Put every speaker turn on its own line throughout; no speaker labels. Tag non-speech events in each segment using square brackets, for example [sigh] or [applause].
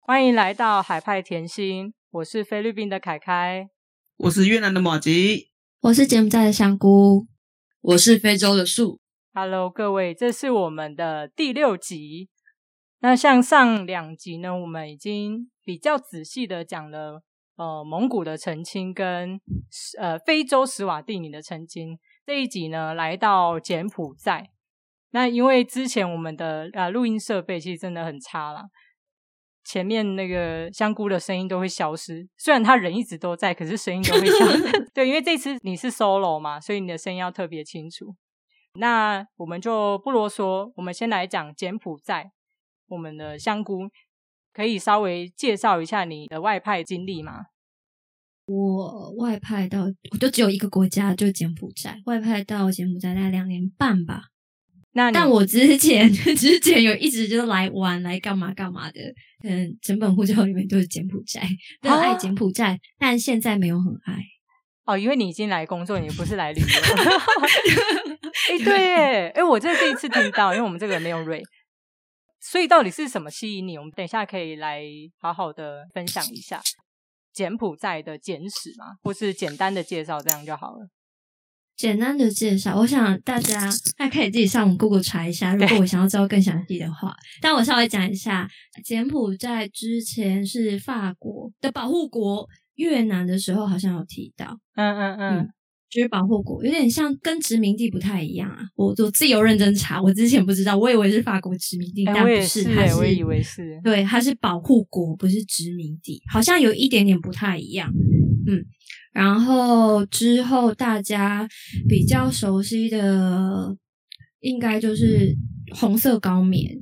欢迎来到海派甜心，我是菲律宾的凯凯。
我是越南的马吉，
我是柬埔寨的香菇，
我是非洲的树，
Hello，各位，这是我们的第六集。那像上两集呢，我们已经比较仔细的讲了呃蒙古的澄清跟呃非洲史瓦蒂尼的澄清。这一集呢，来到柬埔寨。那因为之前我们的呃录音设备其实真的很差啦，前面那个香菇的声音都会消失。虽然他人一直都在，可是声音都会消失。 [laughs] 对，因为这次你是 solo 嘛，所以你的声音要特别清楚。那我们就不啰嗦，我们先来讲柬埔寨。我们的香菇可以稍微介绍一下你的外派经历吗？
我外派到，我就只有一个国家，就柬埔寨。外派到柬埔寨大概两年半吧。
那你
但我之前 [laughs] 之前有一直就是来玩来干嘛干嘛的，嗯，整本护照里面都是柬埔寨，热爱柬埔寨，但现在没有很爱。
哦，因为你已经来工作，你不是来旅游。
[laughs]
哎、对耶，哎、我这第一次听到，因为我们这个没有瑞，所以到底是什么吸引你？我们等一下可以来好好的分享一下柬埔寨的简史嘛，或是简单的介绍，这样就好了。
简单的介绍，我想大家大家可以自己上网 Google 查一下，如果我想要知道更详细的话。但我稍微讲一下，柬埔寨之前是法国的保护国，越南的时候好像有提到，
嗯嗯嗯
嗯，就是保护国，有点像跟殖民地不太一样啊。我我自由认真查，我之前不知道，我以为是法国殖民地，
哎
但
我
不
也是
它
哎
是
我也以为是
[laughs] 对，它是保护国，不是殖民地，好像有一点点不太一样。嗯，然后之后大家比较熟悉的，应该就是红色高棉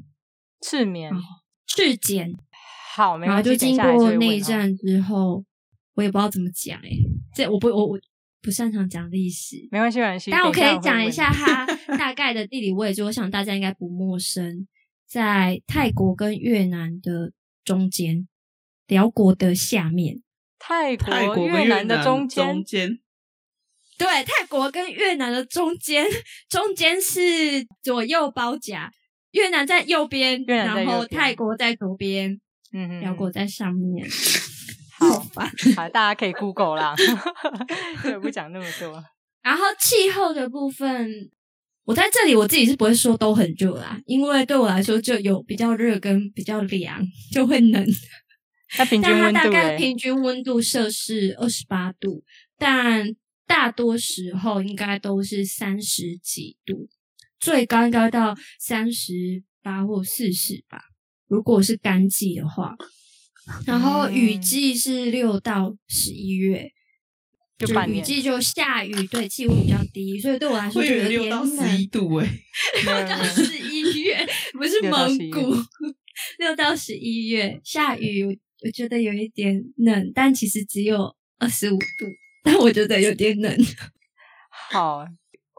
赤
嗯
棉。
质检，
好，没
然后
关系，
就
等一
经
下来
过
追问
内
哦。
战之后，我也不知道怎么讲诶、这我不我我不擅长讲历史，
没关系，没关系。
但我可
等
以
会
讲一
问
下它 [laughs] 大概的地理位置，我想大家应该不陌生，在泰国跟越南的中间，辽国的下面。
泰国、
泰国跟
越南的
中
间，
间，
对，泰国跟越南的中间，中间是左右包夹，越南在右边，
越南在
然
右
后
边
泰国在左边，
嗯哼，
辽国在上面。 [laughs]
好
烦。
好，大家可以 Google 啦。 [laughs] 对，不讲那么多。
然后气候的部分，我在这里我自己是不会说都很热啦，因为对我来说就有比较热跟比较凉，就会冷。
那平均
但
温
它大
度
概
嘞？
平均温度摄氏二十八度，但大多时候应该都是三十几度，最高应该到三十八或四十吧。如果是干季的话，然后雨
嗯
季是六到十一月，
就
就
半
雨
年，
季就下雨，对气温比较低，所以对我来说
会
就
有
有
六
点
到
冷。
十一度哎、
没有没有
[laughs]
没有
十一月， [laughs] 不是
6到
蒙
11
古。 [laughs] 六到十一月下雨，我我觉得有一点冷，但其实只有二十五度， [laughs] 但我觉得有点冷。
好，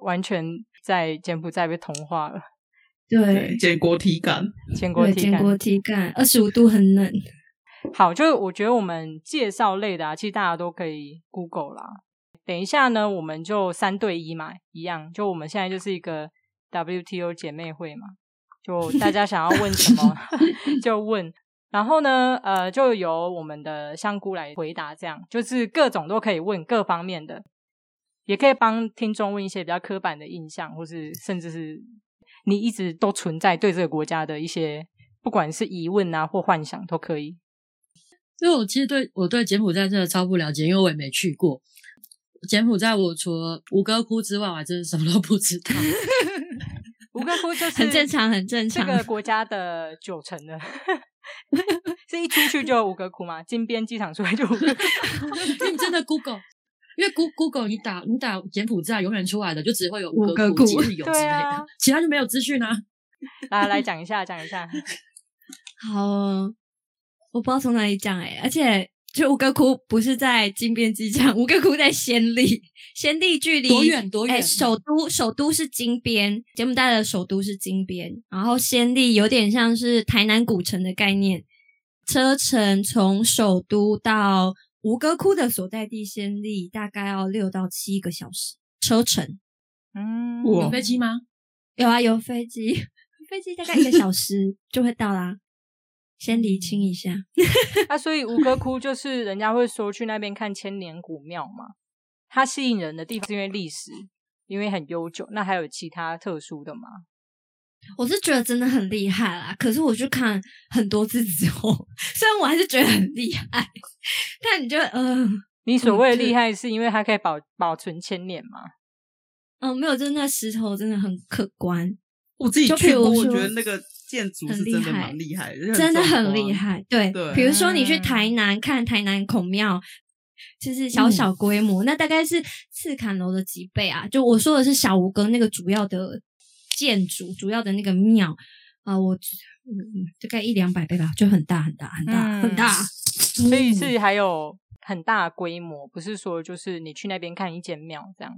完全在柬埔寨被同化
[laughs]
了，
对
对，，建国体感。
全国
对，
体
建
感。
国体感，二十五度很冷。
好，就是我觉得我们介绍类的啊，其实大家都可以 Google 啦。等一下呢，我们就三对一嘛，一样，就我们现在就是一个 WTO 姐妹会嘛，就大家想要问什么就问，然后呢，呃，就由我们的香菇来回答，这样就是各种都可以问各方面的，也可以帮听众问一些比较刻板的印象，或是甚至是你一直都存在对这个国家的一些，不管是疑问啊或幻想都可以。
因为我其实对我对柬埔寨真的超不了解，因为我也没去过。柬埔寨我除了吴哥窟之外，我还真是什么都不知道。 [laughs]
吴哥窟就是
很正常很正常
这个国家的九成的， [laughs] 是一出去就有吴哥窟吗？金边机场出来就有吴
[laughs]
哥窟，
你真的 Google，因为 Goo- Google 你打你打柬埔寨永远出来的就只会有
吴
吴
哥
哥
窟
窟、吉日游之类
对
的，
啊
其他就没有资讯啊。
来来讲一下，讲一
[laughs]
下。
好、哦，我不知道从哪里讲哎、而且就吴哥窟不是在金边机场，吴哥窟在暹粒，暹粒距离
多远多远
哎首都首都是金边，柬埔寨的首都是金边，然后暹粒有点像是台南古城的概念，车程从首都到吴哥窟的所在地暹粒大概要六到七个小时车程，
嗯，
哇
有飞机吗？
有啊有飞机，飞机大概一个小时就会到啦。先厘清一下。
啊，所以吴哥窟就是人家会说去那边看千年古庙嘛，它吸引人的地方是因为历史，因为很悠久。那还有其他特殊的吗？
我是觉得真的很厉害啦，可是我去看很多次之后， [laughs] 虽然我还是觉得很厉害，但你就嗯嗯、
你所谓的
嗯
厉害，是因为它可以保保存千年嘛？
呃没有，真的那石头真的很可观，
我自己
就譬
去过，
如
我
说
觉得那个建筑是真的蛮厉害，
真的
壮
很
观
厉。害。对，
对
比如说你去
嗯
台南看台南孔庙，就是
嗯
小小规模，那大概是赤坎楼的几倍啊？就我说的是小吴哥那个主要的建筑，主要的那个庙啊、我嗯大概一两百倍吧，就很大很大很大、
嗯
很大。
所
嗯
以是还有很大的规模，不是说就是你去那边看一间庙这样。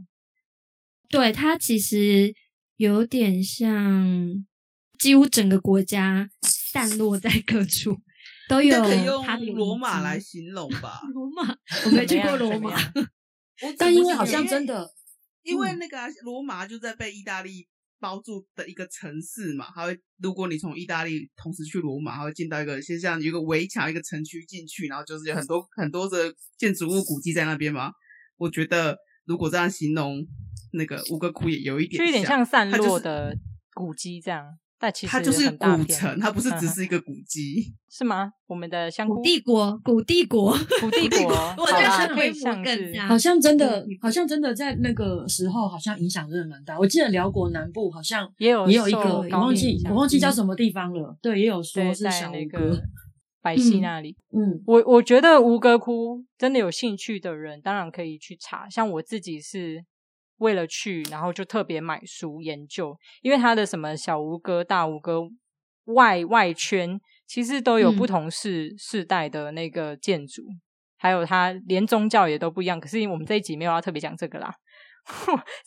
对，它其实有点像几乎整个国家散落在各处。都
应
有
该可以用
它的影
罗马
子，
来形容吧
罗
[laughs]
马，我没去过罗马。
怎么样
但因为好像真的，
因为那个啊罗马就在被意大利包住的一个城市嘛，它会如果你从意大利同时去罗马，它会进到一个先像有一个围墙一个城区进去，然后就是有很多很多的建筑物古迹在那边嘛。我觉得如果这样形容那个吴哥窟也有一点
就有点像散
它就是
落的古迹这样，但其实
它就是
很大
古
片
城，它不是只
嗯
是一个古迹。
是吗？我们的香
古
菇
[laughs] 帝国，古
[laughs]
帝国，
古帝国，
我
好
觉
啦
得
可以
规模
像
更
是
大。
好像真的，好像真的在那个时候，好像影响真的蛮大。我记得辽国南部好像
也有
也有一
受
个，我
高
忘
丽
记
影响
我忘记叫什么地方了。对，也有说
对，
是
在
小
那
吴
个
哥，
白溪那里。
嗯，
我我觉得吴哥窟真的有兴趣的人，当然可以去查。像我自己是为了去，然后就特别买书研究，因为它的什么小吴哥、大吴哥外外圈，其实都有
嗯，
不同世、世代的那个建筑，还有它连宗教也都不一样。可是我们这一集没有要特别讲这个啦。 [laughs]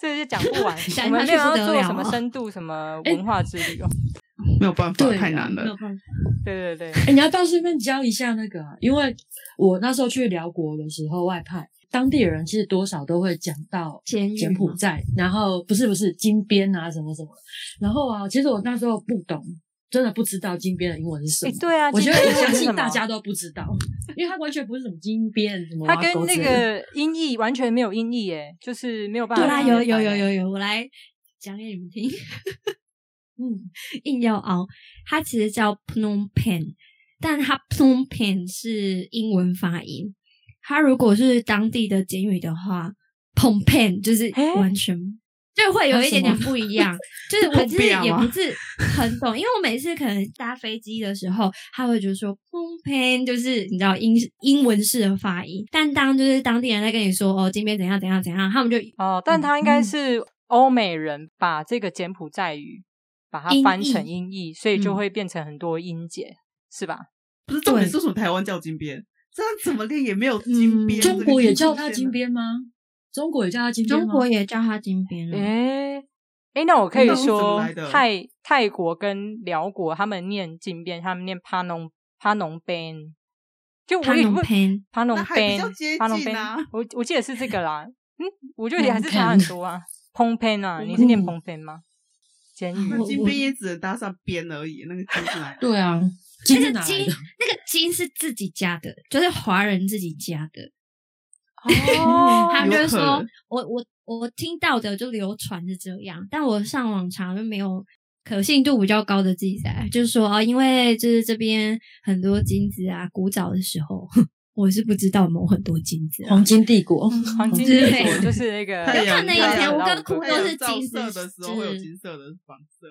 这就讲不完
讲
我
一
们没有
下去
要
不得
做
了
什么
哦
深度、什么文化之旅哦。
没有办法，
对，啊
太难
没
了
有。办法
对对对，
哎、你要到顺便教一下那个、啊，因为我那时候去辽国的时候，外派当地人其实多少都会讲到
监狱
柬埔
吗
寨，然后不是不是金边啊什么什么，然后啊，其实我那时候不懂，真的不知道金边的英文是什么。
哎，对啊，
我
今
觉得
天
我
是
相
什
信
么啊
大家都不知道，因为它完全不是什么金边什么
它
挖沟
跟那
之类的。
个音译完全没有音译，耶，就是没有办法
对
直接
啦，
翻译。
有有有有有，我来讲给你们听。嗯，硬要熬，它其实叫 Phnom Penh，但它 Phnom Penh 是英文发音。它如果是当地的简语的话 p o m p e n 就是
诶
完全就会有一点点
它什么
不一样。就是我其实
Pompeo
也
吗
不是很懂，因为我每次可能搭飞机的时候，他会觉得说 “pom pen”，就是你知道英英文式的发音。但当就是当地人在跟你说“哦，今天怎样怎样怎样”，他们就
哦，
嗯
但它应该是欧美人把这个柬埔寨语把它
音
翻成
译
音译，所以就
嗯
会变成很多音节，是吧？
不是重点
对
是为什么台湾叫金边？这样怎么练也没有金边、
嗯
中国也叫它金
边。
边吗？中国也叫它金边吗？
中国也叫它金边了。
诶诶，那我可以
嗯那是怎么
说
来的
泰泰国跟辽国他们念金边，他们念帕农帕农边，就我也不
Phnom Penh
帕农
那还比
边
较接
帕农
近
边
啊，
我我记得是这个
[laughs]
啦。嗯，我觉得也还是差很
Phnom Penh
多啊。蓬佩啊，
嗯
你是念蓬佩吗？简语
我
那
我
金边也只能搭上边而已，那个金是来的。
对啊，金
那
是
个
哪来
金
的？
那个金是自己加的，就是华人自己加的。
啊
哦
他们就
有
是
可
说
能，
我我我听到的就流传是这样，但我上网查就没有可信度比较高的记载，就是说哦，因为就是这边很多金子啊，古早的时候 [laughs] 我是不知道有没有很多金子、啊
哦
[laughs] 嗯黄，金帝国。 [laughs]
[laughs]
黄金帝国就是那个，
太阳
有可能以前吴哥窟
太
都
阳
是
照
金
射
子
的时候会有
是
金色的反射。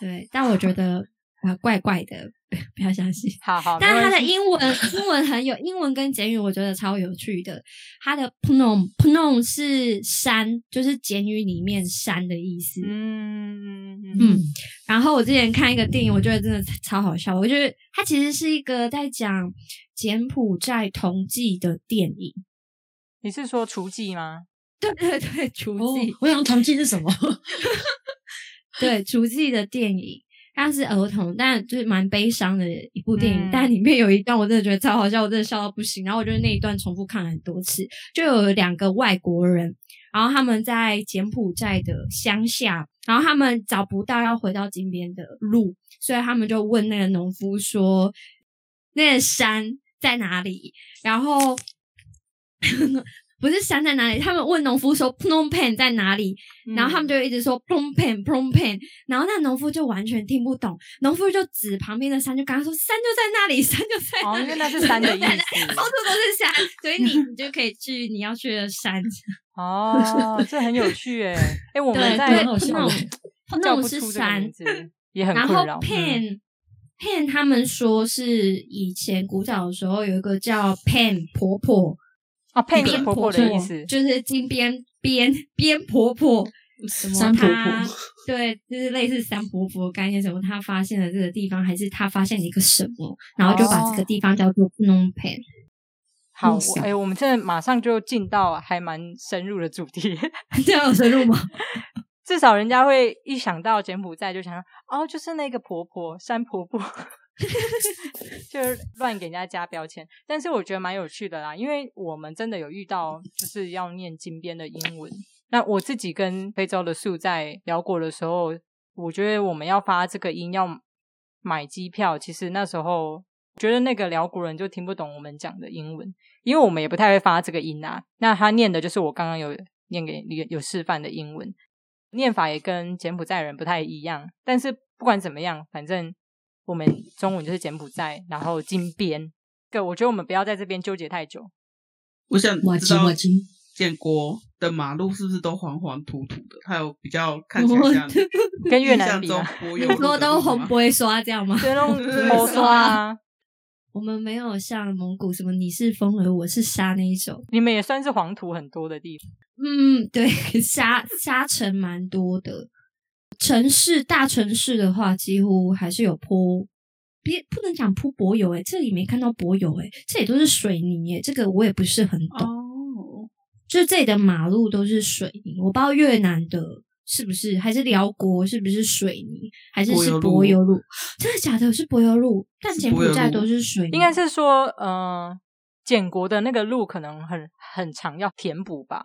对，但我觉得啊怪怪的， [laughs] 不要相信。
好好，
但
没
是它
关
的
系
英文英文很有英文跟简语，我觉得超有趣的。它的 Phnom Phnom 是山，就是简语里面山的意思。
嗯嗯嗯
嗯，然后我之前看一个电影，我觉得真的超好笑。我觉得它其实是一个在讲柬埔寨同济的电影。
你是说厨妓吗？
对对对，厨
哦
妓，，
我想同济是什么？
对厨妓的电影，它是儿童，但就是蛮悲伤的一部电影。
嗯
但里面有一段我真的觉得超好笑，我真的笑到不行。然后我觉得那一段重复看了很多次，就有两个外国人，然后他们在柬埔寨的乡下，然后他们找不到要回到金边的路，所以他们就问那个农夫说：“那个山在哪里，然后 [laughs] 不是山在哪里，他们问农夫说 Phnom Penh 在哪里，然后他
嗯
们就一直说 Phnom Penh Phnom Penh，然后那农夫就完全听不懂，农夫就指旁边的山，就跟他说山就在那里，山就在
哦，
那
因为
里。
那是山的意
到 [laughs]
思
处都是山，所以你你就可以去你要去
[laughs]
的山。
哦，这很有趣哎哎，我们
对
在
对
好笑
那种
叫
那
不
种
出
是
这个
山
名，字也很
然后
困扰。嗯
Pan、Pan 他们说是以前古早的时候有一个
[laughs]
叫 Pan 婆婆，
啊，配
边
是婆婆
婆
的意思，
就是金边边边婆婆，什么
三婆
她
婆
对，就是类似三婆婆的概念，什么她发现了这个地方，还是她发现了一个什么，然后就把这个地方叫
哦
做 Phnom Pen。
好，
梦
我
想
哎、我们现在马上就进到还蛮深入的主题，
[laughs] 这样有深入吗？
至少人家会一想到柬埔寨就想到哦，就是那个婆婆山婆婆， [laughs] 就是乱给人家加标签。但是我觉得蛮有趣的啦，因为我们真的有遇到就是要念金边的英文。那我自己跟非洲的树在聊过的时候，我觉得我们要发这个音要买机票，其实那时候觉得那个辽国人就听不懂我们讲的英文，因为我们也不太会发这个音啊。那他念的就是我刚刚有念给你有示范的英文，念法也跟柬埔寨人不太一样。但是不管怎么样，反正我们中文就是柬埔寨，然后金边。对，我觉得我们不要在这边纠结太久。
我想
哇
知
唧
道
哇唧，
建国的马路是不是都黄黄土土的？还有比较看起来像
跟越
印
南
象
比
中
啊，
[laughs]
柏油
你
路
说
的
都
路
红
吗
不会刷这样吗？ [laughs]
就弄头刷啊，
我们没有像蒙古什么你是风儿我是沙那一种，
你们也算是黄土很多的地方。
嗯，对， [laughs] 沙沙尘蛮多的。城市大城市的话，几乎还是有泼，别不能讲铺柏油诶、欸这里没看到柏油诶、欸这里都是水泥诶、欸这个我也不是很懂。
哦，
就是这里的马路都是水泥，我不知道越南的是不是，还是辽国是不是水泥，还是是柏
柏
油
油
路？真的假的？是柏油路，但
是
柬埔
柏油
寨
路
都是水泥，
应该是说，呃，建国的那个路可能很很长，要填补吧。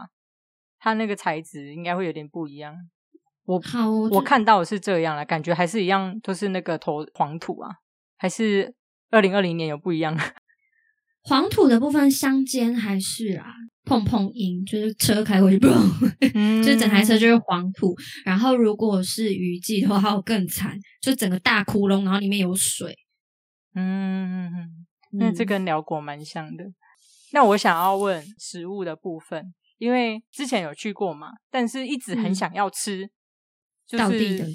它那个材质应该会有点不一样。我
好哦
我
这
看到的是这样了，感觉还是一样，都是那个头黄土啊，还是二零二零年有不一样。
黄土的部分乡间还是啊碰碰音，就是车开过去，砰，
嗯
[laughs] 就是整台车就是黄土。然后如果是雨季的话，更惨，就整个大窟窿，然后里面有水。
嗯，那这
嗯
跟辽国蛮像的。那我想要问食物的部分，因为之前有去过嘛，但是一直很
嗯
想要吃，就
道地的
是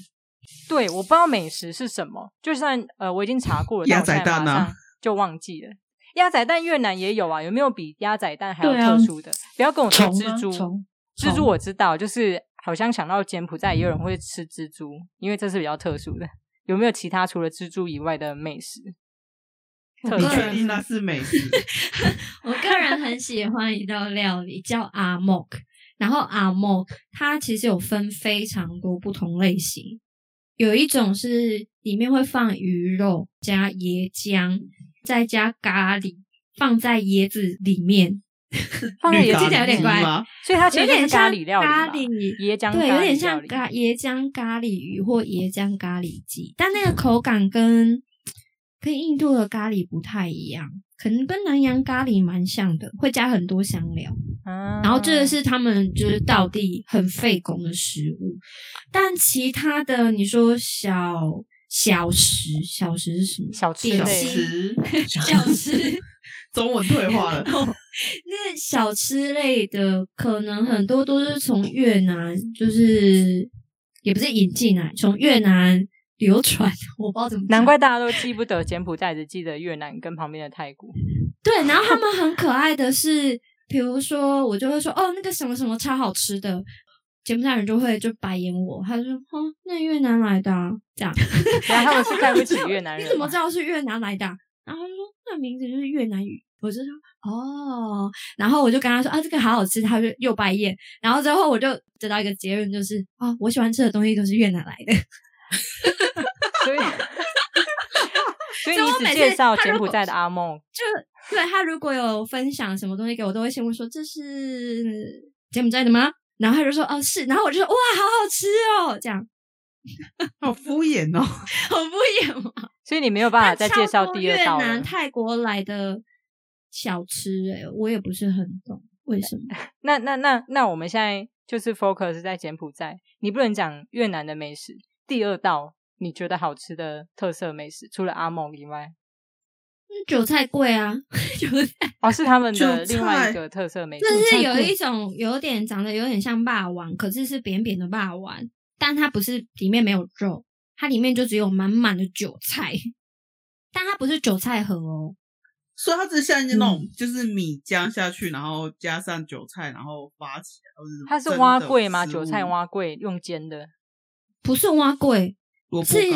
对，我不知道美食是什么，就算呃我已经查过了，但
鸭
我
仔蛋
现在马
啊
上就忘记了。鸭仔蛋越南也有啊，有没有比鸭仔蛋还要
对啊
特殊的？不要跟我说
虫啊
蜘蛛，
虫
蜘蛛
哦
虫
我知道，就是好像想到柬埔寨也有人会吃蜘蛛，因为这是比较特殊的。有没有其他除了蜘蛛以外的美食？
我
特
你
色
确定那是美
[laughs]
食？
我个人很喜欢一道料理叫阿莫克，然后阿莫克它其实有分非常多不同类型，有一种是里面会放鱼肉加椰浆，再加咖喱，放在椰子里面，
放在椰
绿咖
子
听起来有
喱
点
鸡
怪
吗？
所以它其
有
实
点
是咖
像
喱料理吧，
咖喱
椰浆
对，
咖
有
喱
点
料
像
理
咖椰浆咖喱鱼或椰浆咖喱鸡，但那个口感跟跟印度的咖喱不太一样，可能跟南洋咖喱蛮像的，会加很多香料。
啊
然后这个是他们就是道地很费工的食物，但其他的你说小小食小食是什么？
小吃
点
小
类
心
吃，
[laughs] 小吃
[laughs] 中文退化了。
那小吃类的，可能很多都是从越南，就是也不是引进来，从越南流传， [laughs] 我不知道怎么讲。
难怪大家都记不得柬埔寨，只记得越南跟旁边的泰
[laughs]
国。
对，然后他们很可爱的是，比如说我就会说哦，那个什么什么超好吃的，柬埔寨人就会就白眼我，他就说哦，那越南来的、啊、这样，
然后他们是看不
[laughs]
起
然后我就说
越南人
你怎么
吗
知道是越南来的啊、然后他就说那名字就是越南语，我就说哦，然后我就跟他说啊，这个好好吃，他就又白眼，然后之后我就得到一个结论，就是啊、我喜欢吃的东西都是越南来的。 [laughs]
所
[laughs]
以，所以
所以
你
我每
只
次
介绍
他
柬
如
埔
果
寨的阿梦，
就对他如果有分享什么东西给我，都会先问说这是柬埔寨的吗？然后他就说哦是，然后我就说哇好好吃哦这样，
好敷衍
[laughs]
哦。
好敷衍嘛。
所以你没有办法再介绍第二道
哦但超多越南、
了。
泰国来的小吃、欸，我也不是很懂为
[laughs]
什么。
那那那那我们现在就是 focus 在柬埔寨，你不能讲越南的美食。第二道你觉得好吃的特色美食，除了阿蒙以外，
韭菜贵啊，韭菜，
哦，是他们的
韭菜
另外一个特色美食
这。是有
贵
一种有点长得有点像霸王，可是是扁扁的霸王，但它不是里面没有肉，它里面就只有满满的韭菜，但它不是韭菜盒哦，
所以它只是像那
嗯
种，就是米浆下去，然后加上韭菜，然后发起来，或者
它是
蒸的
蛙桂吗？
食物
韭菜蛙桂用煎的，
不是蛙贵，
萝卜糕
是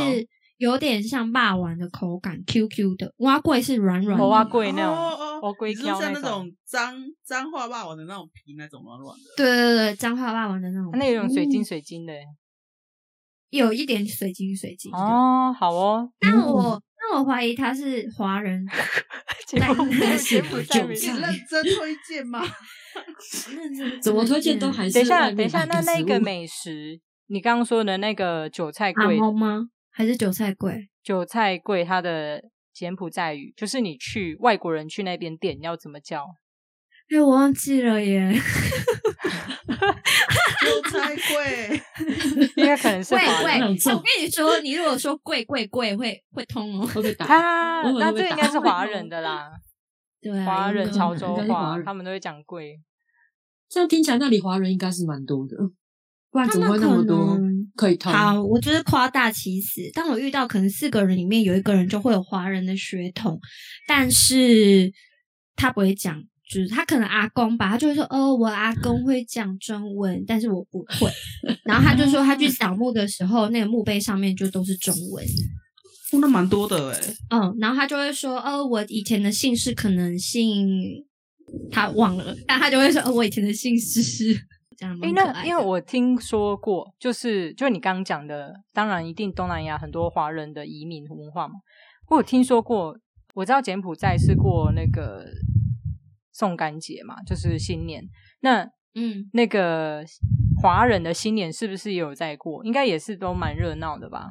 有点像霸王的口感，Q Q 的蛙贵是软软的，
哦蛙桂那
哦哦
种，蛙桂
你是说
胶
像
那种，
种脏脏话霸王的那种皮那种软软的，
对对对，彰化霸王的那种，
它啊那种水晶
嗯，
水晶的。
有一点水晶水晶的。
哦，好
[laughs]
哦，
但我但我怀疑他是华人，
柬埔寨柬埔寨美
韭
食
菜
你认真推荐吗？
怎么推荐都还是
等一下，
外面
等一下，
买的
那那
食
个
物
美食，你刚刚说的那个韭菜
阿
贵，
猫吗？还是韭菜贵？
韭菜贵，它的柬埔寨语就是你去外国人去那边点要怎么叫？
哎，我忘记了耶。
韭菜贵，
应该可能是
贵
华
贵，
人 [laughs]
哎
那
我
种重
跟你说，你如果说贵贵贵，会会通哦。
[laughs] 会被打。
啊，
我以为
那
会
这应
打
该是华人的
[laughs]
啦，
对啊，
华人
有可
潮
能
州
应该是华
话，
人
他们都会讲贵。
这样听起来，那里华人应该是蛮多的，不然
他
怎么
们
会那么
可
多
能
可以通？
好，我就是夸大其词。当我遇到可能四个人里面有一个人就会有华人的血统，但是他不会讲，就是他可能阿公吧，他就会说哦，我阿公会讲中文，但是我不会。然后他就说他去扫墓的时候，那个墓碑上面就都是中文。
真的蛮多的哎、
嗯，然后他就会说，哦，我以前的姓氏可能姓，他忘了，但他就会说，哦，我以前的姓氏是这样，蛮
诶，
可爱
那
的
因为我听说过，就是就你刚刚讲的，当然一定东南亚很多华人的移民文化嘛。我有听说过，我知道柬埔寨是过那个宋干节嘛，就是新年。那
嗯，
那个华人的新年是不是也有在过？应该也是都蛮热闹的吧？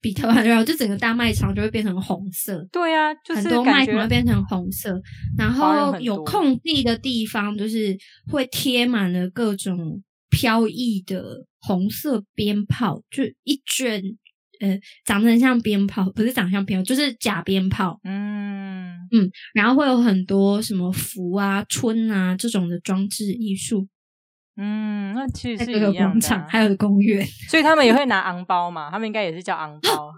比特湾，然后就整个大卖场就会变成红色，
对啊，就
很
是
多
感
卖
觉
场会变成红色，然
华人
后
很
有
多
空地的地方就是会贴满了各种飘逸的红色鞭炮，就一卷，呃，长得很像鞭炮，不是长得像鞭炮，就是假鞭炮，
嗯，
然后会有很多什么福啊、春啊这种的装置艺术，
嗯，那其实
在
是
各个
一样
广
的啊、
场还有公园，
所以他们也会拿昂包嘛，他们应该也是叫昂包。
哦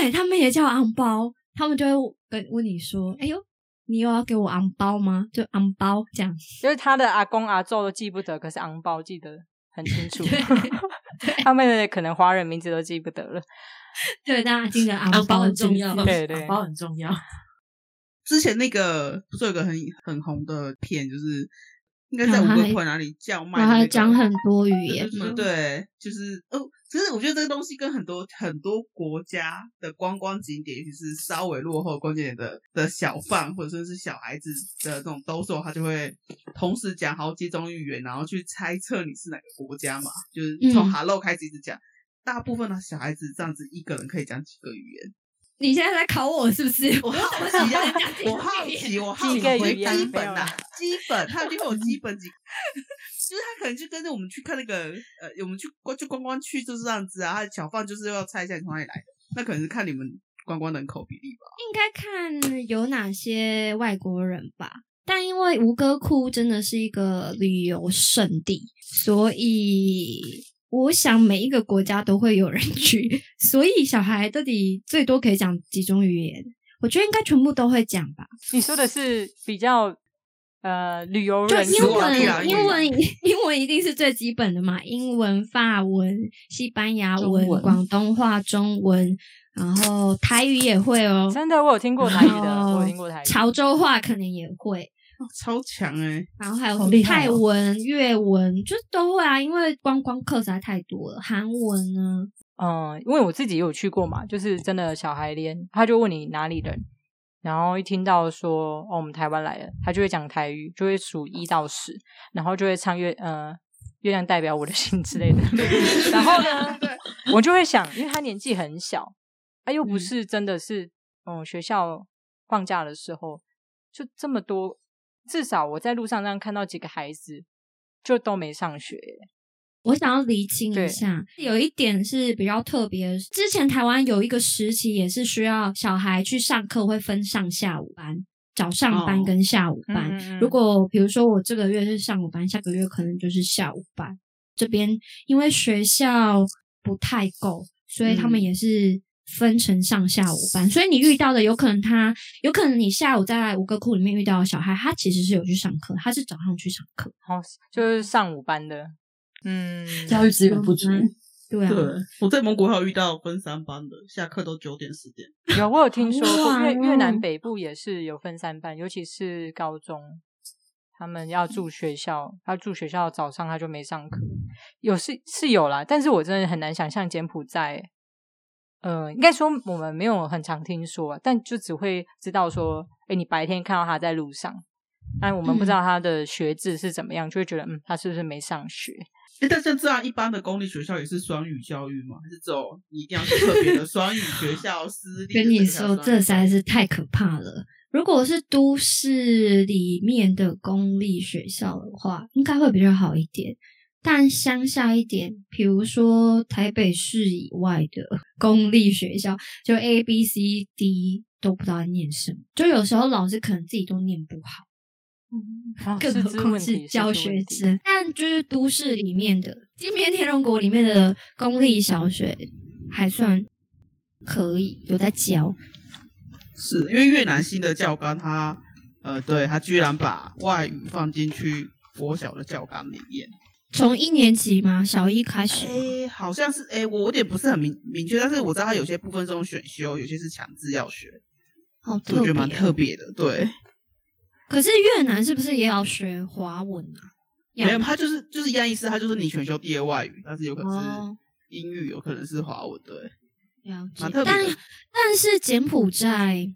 对他们也叫昂包，他们就会跟问你说：“哎呦，你又要给我昂包吗？”就昂包这样，
就是他的阿公阿昼都记不得，可是昂包记得很清楚
对。
他们的可能华人名字都记不得了。
对，大家记得昂
昂
包
啊包很重要，
这个字
对对
昂包很重要。
之前那个不是有个很很红的片，就是应该在
啊
五
他
个
还
块哪里叫卖、那
然后
个
还讲很多语
对
言
对
嘛
对，对，就是哦，其实我觉得这个东西跟很多很多国家的观光景点，尤其是稍微落后的观光景点的的小贩或者说是小孩子的这种兜售，他就会同时讲好几种语言，然后去猜测你是哪个国家嘛，就是从
嗯
hello 开始一直讲。大部分的小孩子这样子一个人可以讲几个语言，
你现在在考我是不是？
我好奇啊，我好奇，我好
几
奇，
个
回
语言
基
没有
本
啦
啊，基本，他一定会有基本几， [laughs] 就是他可能就跟着我们去看那个，呃，我们去观去观光区就是这样子啊，他小贩就是要猜一下你从哪里来的，那可能是看你们观光人口比例吧。
应该看有哪些外国人吧。但因为吴哥窟真的是一个旅游胜地，所以我想每一个国家都会有人去。 [laughs] 所以小孩到底最多可以讲几种语言？我觉得应该全部都会讲吧，
你说的是比较呃旅游
就
人
英
口
啊
比
对
较
啊
文，
英
英
语
文，英文一定是最基本的嘛，英文、法文、西班牙
中
文、
文
广东话、中文，然后台语也会哦，
真的，我有听过台语的，
哦
我有听过台语。
潮州话可能也会，
哦、超强哎、
然后还
好
有
厉害
泰
哦
文、粤文，就都会啊，因为观光客实在太多了。韩文呢，
嗯，因为我自己也有去过嘛，就是真的小孩连他就问你哪里人，然后一听到说哦我们台湾来的，他就会讲台语，就会数一到十， [laughs] 然后就会唱月呃月亮代表我的心之类的。然后呢，我就会想，因为他年纪很小，啊，又不
嗯
是真的是，嗯，学校放假的时候就这么多，至少我在路上这样看到几个孩子，就都没上学耶。
我想要厘清
对
一下，有一点是比较特别的。之前台湾有一个时期也是需要小孩去上课，会分上下午班，早上班
哦
跟下午班。
嗯嗯嗯
如果比如说我这个月是上午班，下个月可能就是下午班。这边因为学校不太够，所以他们
嗯
也是分成上下午班。所以你遇到的有可能他，有可能你下午在五个库里面遇到的小孩，他其实是有去上课，他是早上去上课。
哦，就是上午班的，嗯，
教育资源不足，
嗯对啊，
对，我在蒙古还有遇到分三班的，下课都九点十点。
有我有听说过，
哇
越越南
哦
北部也是有分三班，尤其是高中，他们要住学校，他住学校早上他就没上课，有是是有啦，但是我真的很难想象柬埔寨，呃，应该说我们没有很常听说啊，但就只会知道说，哎，你白天看到他在路上，但我们不知
嗯
道他的学制是怎么样，就会觉得嗯，他是不是没上学？
哎，但像这样一般的公立学校也是双语教育吗？还是只有你一定要去特别的双语学校、私立？
跟你说，这实在是太可怕了。如果是都市里面的公立学校的话，应该会比较好一点。但乡下一点，比如说台北市以外的 [laughs] 公立学校，就 A、B、C、D 都不知道在念什么，就有时候老师可能自己都念不好。
啊
更
师资
何
问
况
题
是
师
教
资问
学
题嗯
生。但就是都市里面的，今天天龙国里面的公立小学还算可以，有在教。
是因为越南新的教纲它，呃，对，它居然把外语放进去国小的教纲里面。
从一年级吗？小一开始吗？
诶，好像是诶，我有点不是很明明确，但是我知道它有些部分是用选修，有些是强制要学，
好
我
特
觉得
别哦。
蛮特别的。对，
可是越南是不是也要学华文啊？
没有，它就是就是一样意思，它就是你选修第二外语，但是有可能是
哦
英语，有可能是华文，对。
了解
蛮特，别
但
的
但是柬埔寨，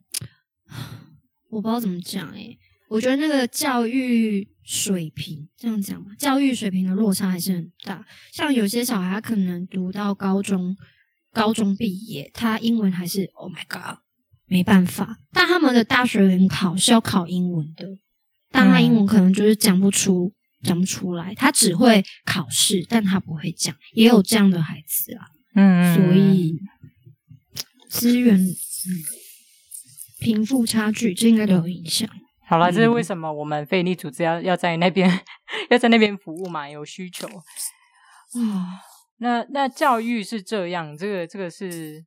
我不知道怎么讲诶、我觉得那个教育水平这样讲嘛，教育水平的落差还是很大。像有些小孩，他可能读到高中，高中毕业，他英文还是 Oh my God，没办法。但他们的大学联考是要考英文的，但他英文可能就是讲不出，讲不出来，他只会考试，但他不会讲，也有这样的孩子啊。
嗯，
所以资源、嗯、贫富差距这应该都有影响。
好了，这是为
嗯
什么我们非利组织要要在那边 [laughs] 要在那边服务嘛，有需求。
嗯
哇，
那那教育是这样，这个这个是，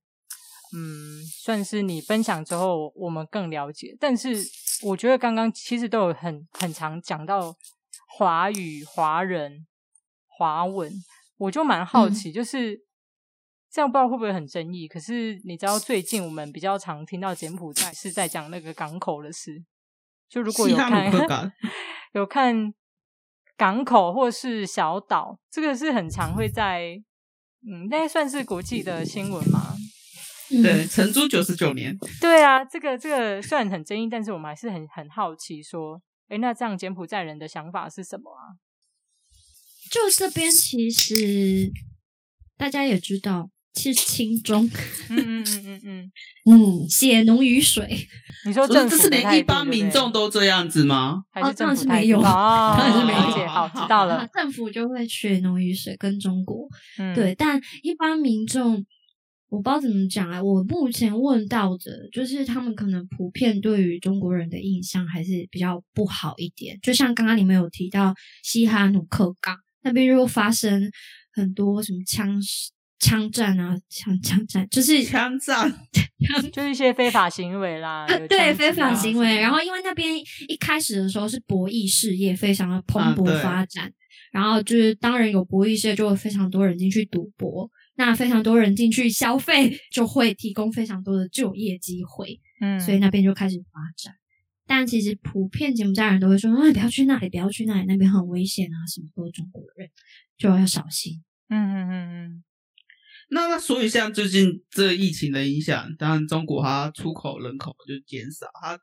嗯，算是你分享之后我们更了解。但是我觉得刚刚其实都有很很常讲到华语、华人、华文，我就蛮好
嗯
奇，就是这样不知道会不会很争议。可是你知道最近我们比较常听到柬埔寨是在讲那个港口的事，就如果有
西哈
看
努
[laughs]
克港
有看港口或是小岛，这个是很常会在嗯，那算是国际的新闻嘛？
嗯
对，成都九十九年，
对啊，这个这个虽然很争议，但是我们还是很很好奇说。诶，那这样柬埔寨人的想法是什么啊？
就这边其实大家也知道是轻中，
嗯嗯嗯嗯嗯，
嗯，血浓于水，
你说
不是
政府
这是
的
连
态
一
度对
般
不
民
对
众都这样子吗？ [laughs]
还
哦
是
当
政
然
府
是
态
没
度
有
哦，
当然是没
了解
有
好，知道了。
啊政府就会血浓于水，跟中国
嗯，
对，但一般民众我不知道怎么讲啊。我目前问到的，就是他们可能普遍对于中国人的印象还是比较不好一点。就像刚刚你们有提到西哈努克港那边，又发生很多什么枪枪战啊，枪枪战，就是
枪战，
就是一些非法行为啦，有枪
对
支
非法
啊
行为。然后因为那边一开始的时候是博弈事业非常的蓬
啊
勃
对
发展，然后就是当然有博弈事业，就会非常多人进去赌博，那非常多人进去消费， [laughs] 就会提供非常多的就业机会，
嗯，
所以那边就开始发展。但其实普遍柬埔寨人都会说啊，不要去那里，不要去那里，那边很危险啊，什么都是中国人，就要小心。
嗯嗯嗯
那那所以像最近这疫情的影响，当然中国它出口人口就减少，它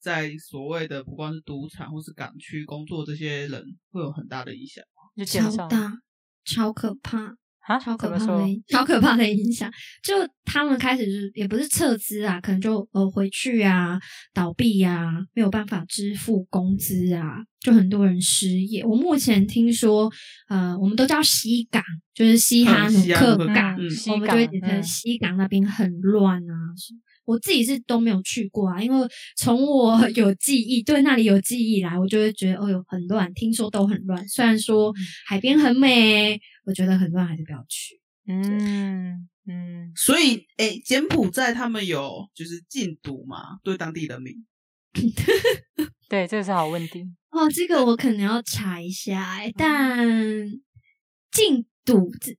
在所谓的不光是赌场或是港区工作这些人会有很大的影响。
嗯，就减
超
少
大，超可怕。
啊，
超可
怎么
怕
说
的？，超可怕的影响。就他们开始就是也不是撤资啊，可能就呃回去啊，倒闭啊，没有办法支付工资啊，就很多人失业。我目前听说，呃，我们都叫西港，就是西哈努
嗯西哈
克
努克
港，
港嗯
西
我们就会
港
觉得
嗯
西港那边很乱啊。我自己是都没有去过啊，因为从我 [laughs] 有记忆，对那里有记忆以来，我就会觉得哦哟很乱，听说都很乱。虽然说
嗯
海边很美，我觉得很乱，还是不要去。
嗯嗯，
所以，哎、柬埔寨他们有就是禁毒嘛，对当地人民。
对，这是好问题。
哦，这个我可能要查一下、欸，但禁赌这，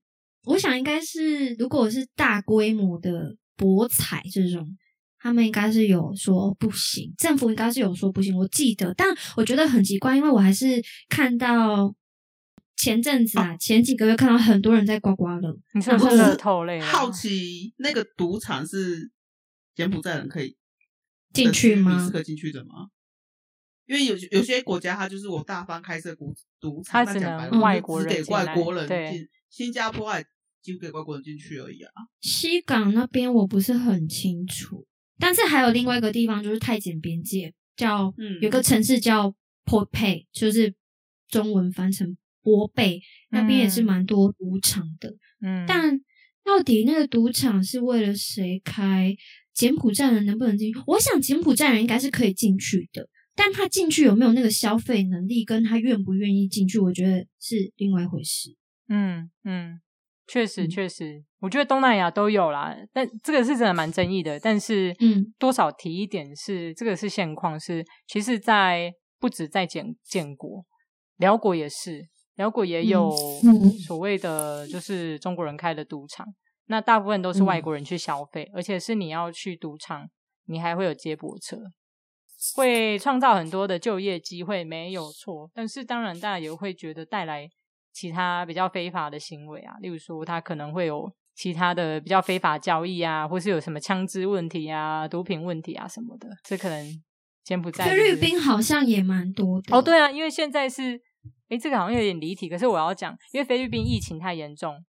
我想应该是如果是大规模的博彩这种，他们应该是有说不行，政府应该是有说不行。我记得，但我觉得很奇怪，因为我还是看到前阵子啊，前几个月看到很多人在刮刮乐，
你是不
然
是
后
乐透类啊？
好奇那个赌场是柬埔寨人可以
进去吗
的居民是可以进去的吗？因为有有些国家，它就是我大方开设赌赌场，
它
那
只
讲
能
白了
外
就
国
只
人
给
进来
外国人
对
进，新加坡还就给外国人进去而已啊。
西港那边我不是很清楚，但是还有另外一个地方就是泰柬边界，叫、
嗯
有个城市叫 Port Pay，就是中文翻成波贝，那边也是
嗯
蛮多赌场的。
嗯，
但到底那个赌场是为了谁开？柬埔寨人能不能进去？我想柬埔寨人应该是可以进去的，但他进去有没有那个消费能力，跟他愿不愿意进去，我觉得是另外一回事。
嗯嗯，确实
嗯
确实，我觉得东南亚都有啦，但这个是真的蛮争议的。但是，
嗯，
多少提一点是这个是现况是，其实在不止在建建国，辽国也是，辽国也有
嗯嗯
所谓的就是中国人开的赌场，那大部分都是
嗯
外国人去消费，而且是你要去赌场，你还会有接驳车。会创造很多的就业机会，没有错。但是当然，大家也会觉得带来其他比较非法的行为啊，例如说他可能会有其他的比较非法交易啊，或是有什么枪支问题啊、毒品问题啊什么的，这可能柬埔寨、
菲律宾好像也蛮多的
哦，对啊，因为现在是，诶，这个好像有点离题，可是我要讲，因为菲律宾疫情太严重，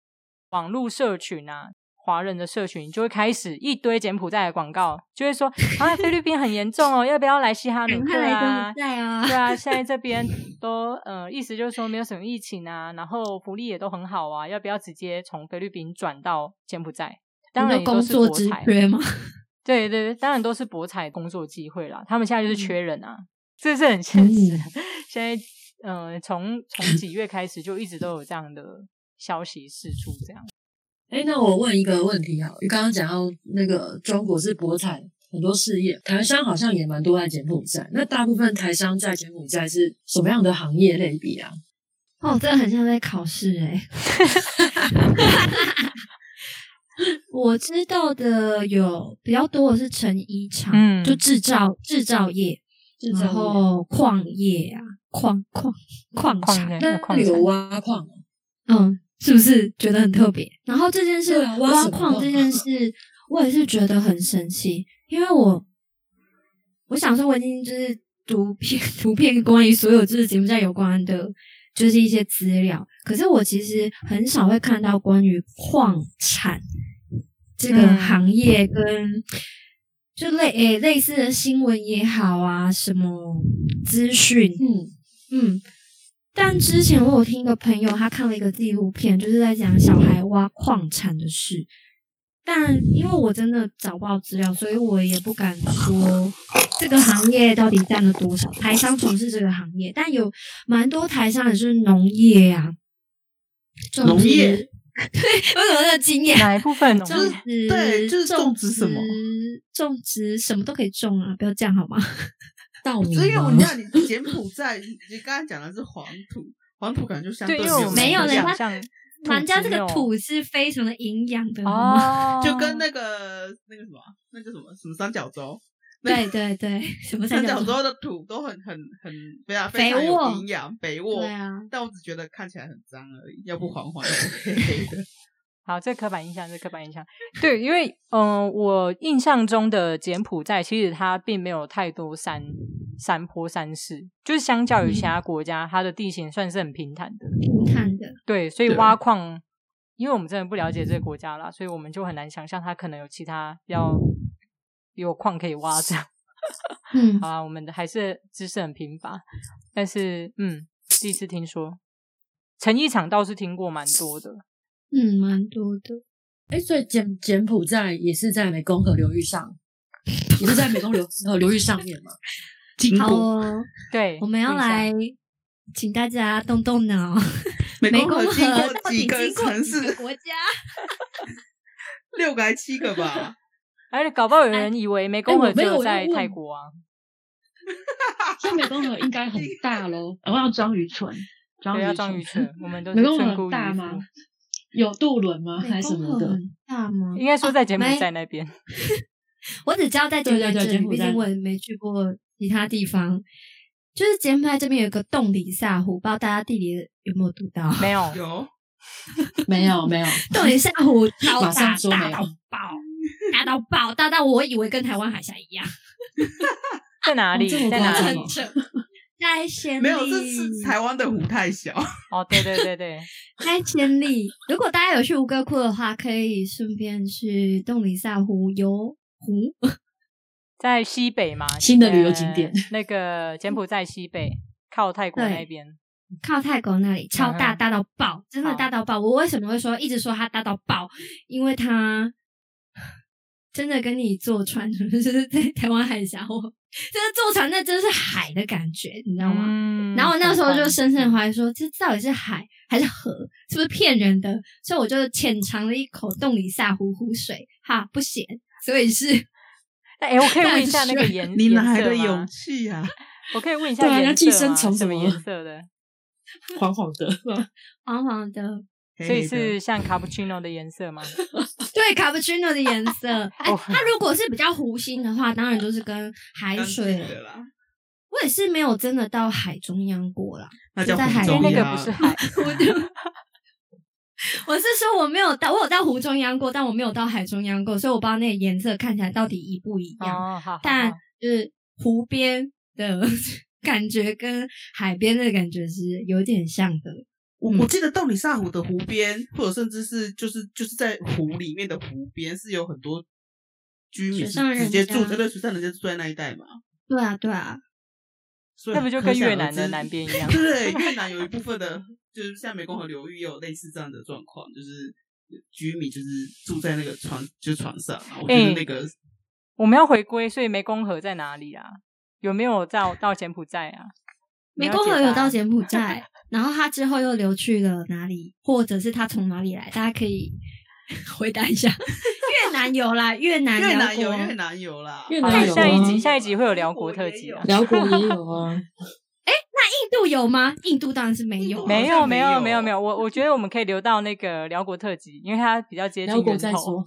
网络社群啊，华人的社群就会开始一堆柬埔寨的广告，就会说啊，菲律宾很严重哦，要不要来西哈努
赶
克
快来柬
啊
埔？寨啊！
对啊，现在这边都呃，意思就是说没有什么疫情啊，然后福利也都很好啊，要不要直接从菲律宾转到柬埔寨？当然
你
也
说
都
工
是
作
博
职
彩，
缺吗？
对对对，当然都是博彩工作机会啦。他们现在就是缺人啊，这是很现
嗯
实。现在呃，从从几月开始就一直都有这样的消息释出，这样。
哎，那我问一个问题哈，刚刚讲到那个中国是博彩很多事业，台商好像也蛮多在柬埔寨。那大部分台商在柬埔寨是什么样的行业类比啊？
[laughs] 哦，真的很像在考试哎、
[laughs]
我知道的有比较多的是成衣厂，
嗯
就制造制造业，
制
然
造
后矿业啊，矿矿矿
矿
产，
业、
业、那
矿产
有挖矿啊，
嗯，是不是觉得很特别？然后这件事
对啊 [laughs] 挖
挖
什么
矿
矿
这件事，我也是觉得很神奇，因为我我想说，我已经就是读片 [laughs] 图片关于所有就是柬埔寨有关的，就是一些资料，可是我其实很少会看到关于矿产这个
嗯
行业跟。就类诶、类似的新闻也好啊，什么资讯
嗯，
嗯，但之前我有听一个朋友，他看了一个纪录片，就是在讲小孩挖矿产的事。但因为我真的找不到资料，所以我也不敢说这个行业到底占了多少台商从事这个行业。但有蛮多台商也是农业呀、种
农
植
业
对，为什么那个经验？
哪一部分农
种
业？
植
对就是种植什么
种植什么都可以种啊，不要这样好吗？
稻米
所以我
吗
看你柬埔寨，你刚才讲的是黄土，黄土可能就相
对，因为
对
我们
没有
人
人
想
家
象
人家
土质
这个
没有
土是非常的营养的好吗
哦，
就跟那个那个什么，那叫什么什么三角洲， [laughs]
对对对，什么
三
角
角
洲？
洲的土都很很很非常
肥
非常有
沃
营养，肥沃。
对啊，
但我只觉得看起来很脏而已，要不
[laughs]
黄黄的黑黑
[laughs]
的。
[laughs] 好，这刻板印象，这刻板印象，对，因为嗯、呃我印象中的柬埔寨其实它并没有太多山山坡山势，就是相较于其他国家，它的地形算是很平坦的。
平坦的，
对，所以
对
挖矿，因为我们真的不了解这个国家啦，所以我们就很难想象它可能有其他要有矿可以挖这样。 [laughs]
嗯
好，啊，我们的还是知识很贫乏，但是嗯，第一次听说成衣厂倒是听过蛮多的，
嗯，蛮多的。
哎，所以柬柬埔寨也是在湄公河流域上，也是在湄公流河流域上面
[laughs]
嘛？
金
好
国
哦，
对，
我们要
印象
来请大家动动脑，
美
湄
国
公
河经 [laughs]
河到
过
底
几
经
个
过
城
几个
市？
国家？
六个还七个吧？
而且搞不好有人以为湄公
哎
河
我
只
没有
有
我要
在
问
泰国啊，
所以湄公河应该很大
[laughs]
喽。我要装渔船，装
对，要
渔
装
船
渔船，我们都是
湄公
村
河
姑
很
渔
大
夫
吗。？有渡轮吗？还是什
湄公
么
河
的？
很大吗？
应该说在柬埔
没
寨那边，
我只知道在柬
对
埔
对
寨
对
这
柬
里，
埔
毕
寨
竟我也没去过其他地方。就是柬埔寨这边有一个洞里萨湖，不知道大家地理有没有读
[laughs]
到？
没有，
[laughs] 有，
没有没有，
洞里萨湖超
马上
大，
说没
大
有
到爆，大到爆，大到我以为跟台湾海峡
[laughs]
一样，
在哪里
哦这么？
在
夸
哪
张
里
哦？
很扯。在千里，
没有，这是台湾的湖太小。
哦，对对对对，
在千里。 [laughs] 如果大家有去吴哥窟的话，可以顺便去洞里萨湖游湖。 [laughs]
在西北嘛，
新的旅游景点
呃，那个柬埔寨西北靠泰国那
对
边，
靠泰国那里超
嗯
大，
哼
大到爆，真的
好
大到爆。我为什么会说一直说它大到爆？因为它真的跟你坐船，就是在台湾海峡，我就是坐船，那真是海的感觉，你知道吗？
嗯
然后我那时候就深深地
怀
怀疑说，这到底是海还是河？是不是骗人的？所以我就浅尝了一口洞里萨湖湖水，哈，不咸，所以是
哎，我可以问一下那个
淡
颜，
[laughs] 你
颜
哪来
色
的
吗
勇气啊？
我可以问一下
对啊
颜
那
色
寄生
吗
虫
什
怎
么
么
颜
了
色的？
黄黄 [laughs] 的，
黄黄的，
黑
所以
黑的
是像卡布奇诺的颜色吗？
对，卡布奇诺的颜 [laughs] 色。哎、
哦
它如果是比较湖心的话，当然就是跟海
干净
水
的啦，
我也是没有真的到海中央过啦，
那叫
在
湖
海
因
中
为那
央
个不是海，
[laughs] 我是说我没有到，我有到湖中央过，但我没有到海中央过，所以我不知道那个颜色看起来到底一不一样。
哦，好好，
哎但
好
就是湖边的 [laughs] 感觉跟海边的感觉是有点像的。
我我记得洞里萨湖的湖边，或者甚至是就是就是在湖里面的湖边，是有很多居民
水
是
上人
直接住
家
在对水上人家住在那一带嘛，
对啊，对啊，
所以
那不就
可
跟
想
越
而
南的
知
南边一样 [laughs]
[laughs] 对，越南有一部分的，就是像湄公河流域也有类似这样的状况，就是居民就是住在那个船就是船上，然后我觉
哎
得那个
我们要回归，所以湄公河在哪里啊？有没有到到柬埔寨啊？
湄公河
[laughs]
有到
埔
柬埔寨，然后它之后又流去了哪里，或者是它从哪里来，大家可以 [laughs] 回答一下。越南有啦，越南
越南
辽
有
国
越南有啦，
越
好
南
啦，
有
下一
啊
集下一集会有辽国特
也
辑
有
啊。
辽国也有啊，
印度有吗？印度当然是没有啊，
没
好
有
像
没
没
有
有
没有没有，我我觉得我们可以留到那个辽国特辑，因为它比较接近
辽国
源
再
头
说。。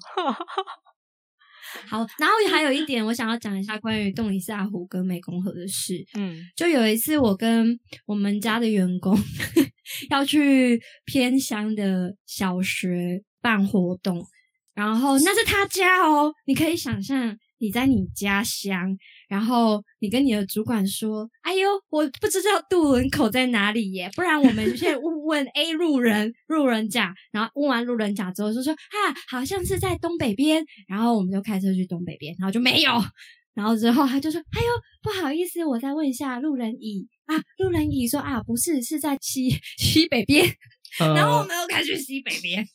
好，然后还有一点，我想要讲一下关于洞里萨湖跟湄公河的事。
嗯，
就有一次，我跟我们家的员工 [laughs] 要去偏乡的小学办活动，然后那是他家哦，你可以想象你在你家乡，然后你跟你的主管说：“哎呦，我不知道渡轮口在哪里耶，不然我们就去问问 A 路人路人甲，然后问完路人甲之后就说啊，好像是在东北边，然后我们就开车去东北边，然后就没有，然后之后他就说：“哎呦，不好意思，我再问一下路人乙啊。”路人乙说：“啊，不是，是在西西北边。”然后我
呃，
们又开去西北边。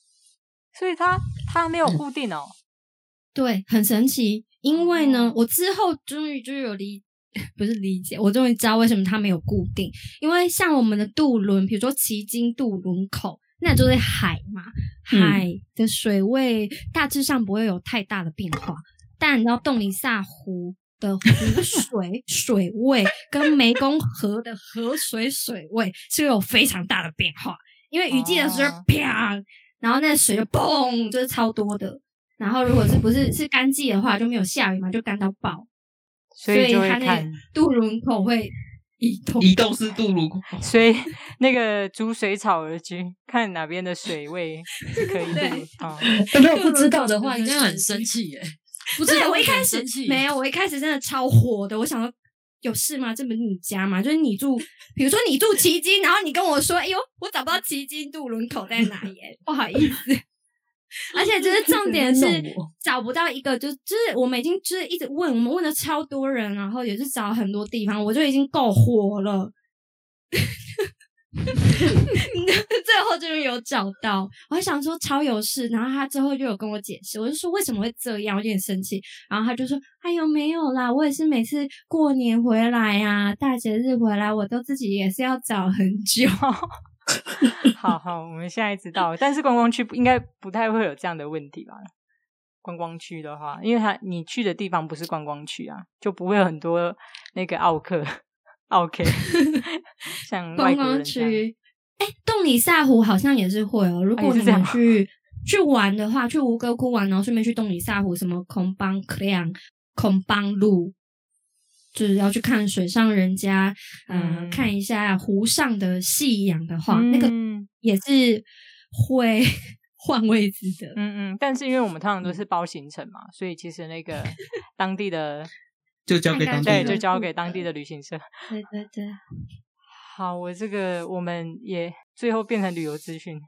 所以它它没有固定哦。
对，很神奇，因为呢
哦，
我之后终于就有理， [laughs] 不是理解，我终于知道为什么它没有固定。因为像我们的渡轮，比如说旗津渡轮口，那就是海嘛，
嗯
海的水位大致上不会有太大的变化。但你知道洞里萨湖的
[laughs]
湖水水位跟湄公河的河水水位是有非常大的变化，因为雨季的时候
哦，
啪，然后那水就嘣，就是超多的。然后如果是不是是干季的话，就没有下雨嘛，就干到爆，
[laughs] 所以就会
它那
看
个，渡轮口会移动。
移动式渡轮，
[laughs] 所以那个逐水草而居，看哪边的水位是可以
对
的啊。
如果不知道的话，应该很生气耶。 [laughs] 不知
对
道
我一
会很
开始
生气
没有，我一开始真的超火的，我想说。有事吗？这不是你家吗？就是你住，比如说 [laughs]
[laughs]
你住旗津，然后你跟我说：“哎呦，我找不到旗津渡轮口在哪耶？”不好意思，而且就是重点是
谁在弄我
找不到一个，就就是我们已经就是一直问，我们问了超多人，然后也是找很多地方，我就已经够火了。 [laughs] 最后就是有找到，我还想说超有事，然后他之后就有跟我解释，我就说为什么会这样，我有点生气，然后他就说：“哎呦，没有啦，我也是每次过年回来啊，大节日回来，我都自己也是要找很
[laughs]
久。
好好，我们现在知道了，但是观光区不应该不太会有这样的问题吧？观光区的话，因为它你去的地方不是观光区啊，就不会有很多那个奥克奥 [laughs] K，像”外
观
国
光
人这样
区，哎，洞里萨湖好像也是会哦。如
啊也
果
是
你
这样
们去、 [laughs] 去玩的话，去吴哥窟玩，然后顺便去洞里萨湖，什么孔邦克亮、孔邦路，就是要去看水上人家，呃，
嗯
看一下湖上的夕阳的话，
嗯
那个也是会 [laughs] 换位置的。
嗯嗯，但是因为我们通常都是包行程嘛，所以其实那个当地的
就交给当地
对
人。
就交给当地的旅行社。 [laughs]
对对对，
好，我这个我们也最后变成旅游资讯。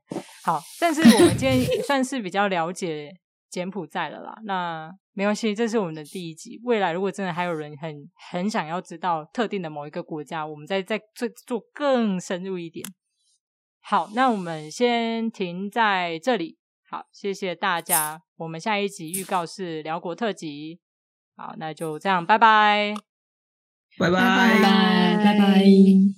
好，但是我们今天也算是比较了解柬埔寨了啦。那没关系，这是我们的第一集。未来如果真的还有人很很想要知道特定的某一个国家，我们再再做做更深入一点。好，那我们先停在这里。好，谢谢大家。我们下一集预告是辽国特辑。好，那就这样，拜拜。
拜
拜
拜拜拜。